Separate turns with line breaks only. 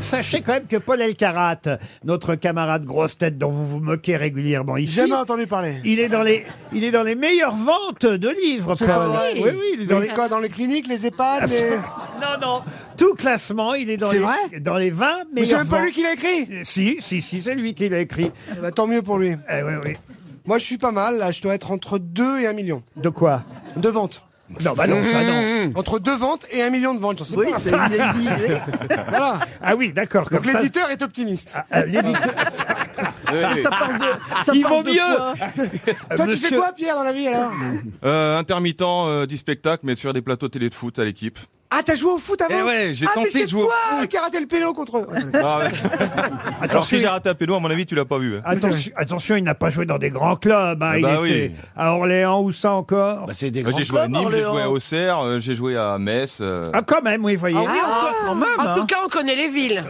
Sachez quand même que Paul Elkarat, notre camarade grosse tête dont vous vous moquez régulièrement ici,
Jamais entendu parler.
il est dans les, il est dans les meilleures ventes de livres.
C'est
Paul.
pas vrai.
Oui, oui, il est dans
Mais
les.
quoi, dans les cliniques, les
Ah,
EHPAD, les...
Non, non, tout classement, il est dans
C'est
les,
vrai
dans les 20 meilleures
Mais c'est même
ventes.
pas
Eh,
lui qui l'a écrit
Si, si, si, c'est lui qui l'a écrit.
Eh ben, Tant mieux pour lui.
Eh oui, oui.
Moi, je suis pas mal, là, je dois être entre 2 et 1 million
De quoi
de ventes.
Non, bah non, ça non.
Entre 2 ventes et 1 million de ventes, j'en sais
Oui,
pas.
c'est une vieille idée.
Voilà.
Ah oui, d'accord. Comme
Donc
ça,
l'éditeur est optimiste.
euh, l'éditeur-
Ça parle de. Ça
Il
parle
vaut
de
mieux.
quoi
Toi, tu fais
Monsieur-
quoi, Pierre, dans la vie, alors
Euh, intermittent euh, du spectacle, mais sur des plateaux télé de foot à l'équipe.
Ah, t'as joué au foot avant
Eh ouais, j'ai
ah,
tenté
mais c'est
de jouer au
toi qui a raté le pélo contre eux. Ouais.
Ah, ouais. Alors
c'est-
si j'ai raté un pédo, à mon avis, tu l'as pas vu. hein.
Attention, attention, il n'a pas joué dans des grands clubs. hein.
Ah
il
bah
était
oui.
à Orléans, où ça encore
c'est des
Euh, J'ai joué à Nîmes, j'ai joué à
Orléans.
Auxerre, euh, j'ai joué à Metz. euh.
Ah, quand même, oui, voyez.
Ah, quand même,
En
hein.
tout cas, on connaît les villes.